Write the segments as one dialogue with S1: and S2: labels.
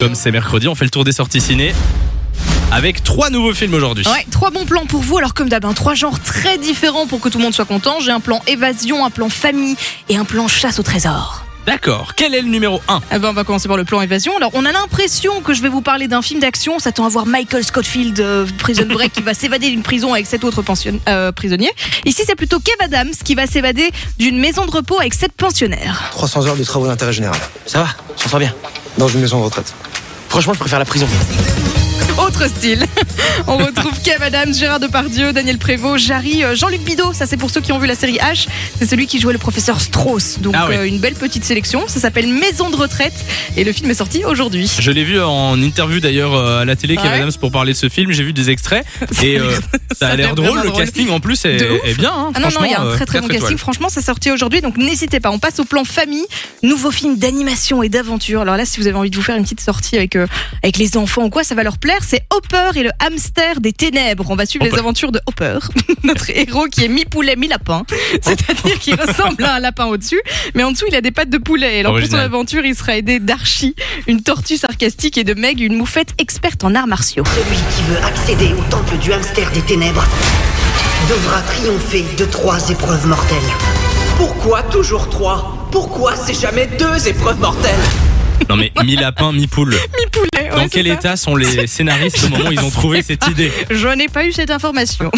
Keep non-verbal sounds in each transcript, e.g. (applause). S1: Comme c'est mercredi, on fait le tour des sorties ciné avec trois nouveaux films aujourd'hui.
S2: Ah Ouais, trois bons plans pour vous. Alors comme d'hab, hein, trois genres très différents pour que tout le monde soit content. J'ai un plan évasion, un plan famille et un plan chasse au trésor.
S1: D'accord, quel est le numéro 1
S2: Eh ben, on va commencer par le plan évasion. Alors on a l'impression que je vais vous parler d'un film d'action. On s'attend à voir Michael Scottfield, euh, Prison Break, qui va s'évader d'une prison avec sept autres pension- euh, prisonniers. Ici, c'est plutôt Kev Adams qui va s'évader d'une maison de repos avec sept pensionnaires.
S3: 300 heures de travaux d'intérêt général
S4: Ça va, on s'en sort bien.
S3: dans une maison de retraite.
S4: Franchement, je préfère la prison.
S2: (laughs) Autre style. on retrouve Kev Adams, Gérard Depardieu, Daniel Prévost, Jarry, euh, Jean-Luc Bidot. Ça, c'est pour ceux qui ont vu la série H. C'est celui qui jouait le professeur Strauss. Donc,
S1: Ah oui.
S2: euh, une belle petite sélection. Ça s'appelle Maison de retraite. Et le film est sorti aujourd'hui.
S1: Je l'ai vu en interview d'ailleurs euh, à la télé, Kevin
S2: Ouais.
S1: Adams, pour parler de ce film. J'ai vu des extraits et euh, ça
S2: (laughs) ça
S1: a
S2: a
S1: l'air
S2: l'air
S1: drôle.
S2: vraiment
S1: Le
S2: drôle.
S1: casting en plus est,
S2: De ouf.
S1: est bien. hein.
S2: Ah non, non, il y a
S1: Franchement,
S2: un
S1: euh,
S2: très très bon
S1: quatre étoiles.
S2: casting. Franchement, ça sorti aujourd'hui, donc n'hésitez pas. On passe au plan famille, nouveau film d'animation et d'aventure. Alors là, si vous avez envie de vous faire une petite sortie avec, euh, avec les enfants ou quoi, ça va leur plaire. C'est Hopper et le hamster des ténèbres. On va suivre les
S1: Hopper.
S2: aventures de Hopper, (laughs) notre héros qui est
S1: (laughs)
S2: mi-poulet, mi-lapin. C'est-à-dire qu'il ressemble à un lapin au-dessus, mais en dessous, il a des pattes de poulet. Et alors, pour son
S1: Original.
S2: aventure, il sera aidé d'Archie, une tortue sarcastique, et de Meg, une moufette experte en arts martiaux.
S5: Celui qui veut accéder au temple du hamster des ténèbres devra triompher de trois épreuves mortelles.
S6: Pourquoi toujours trois Pourquoi c'est jamais deux épreuves mortelles
S1: Non
S2: (laughs)
S1: mais mi lapin, mi poule.
S2: Mi-poulet,
S1: Dans
S2: (laughs) ouais, c'est
S1: quel
S2: ça.
S1: état sont
S2: (laughs)
S1: les scénaristes au moment où ils ont trouvé cette idée
S2: Je n'ai pas eu cette information.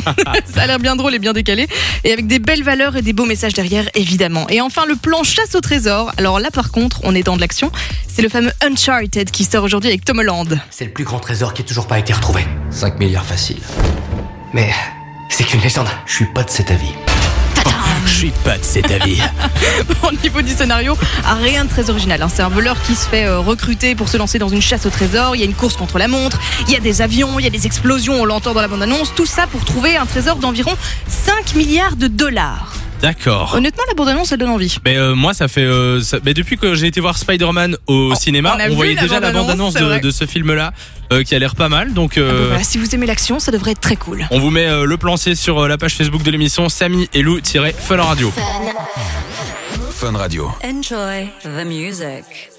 S2: ça a l'air bien drôle et bien décalé. Et avec des belles valeurs et des beaux messages derrière, évidemment. Et enfin, le plan chasse au trésor. Alors là, par contre, on est dans de l'action. C'est le fameux Uncharted qui sort aujourd'hui avec Tom Holland. (laughs)
S4: C'est le plus grand trésor qui ait toujours pas été retrouvé. 5 milliards facile. Mais c'est qu'une légende. Je suis pas de cet avis.
S1: Je suis pas de cet avis.
S2: Au niveau du scénario, ah, rien de très original. hein. C'est un voleur qui se fait euh, recruter pour se lancer dans une chasse au trésor. Il y a une course contre la montre, il y a des avions, il y a des explosions, on l'entend dans la bande-annonce. Tout ça pour trouver un trésor d'environ 5 milliards de dollars.
S1: D'accord.
S2: Honnêtement, la bande-annonce, elle donne envie.
S1: Mais euh, moi, ça fait. euh, ça- Mais depuis que j'ai été voir Spider-Man au cinéma,
S2: Oh, on a
S1: on,
S2: vu
S1: voyait
S2: la
S1: déjà la
S2: bande-annonce,
S1: bande-annonce
S2: c'est
S1: de,
S2: vrai.
S1: de ce film-là, euh, qui a l'air pas mal. Donc,
S2: Ah
S1: euh,
S2: bon, voilà, si vous aimez l'action, ça devrait être très cool.
S1: on vous met euh, le plan C sur euh, la page Facebook de l'émission Samy et Lou-Fun Radio.
S7: Enjoy the music.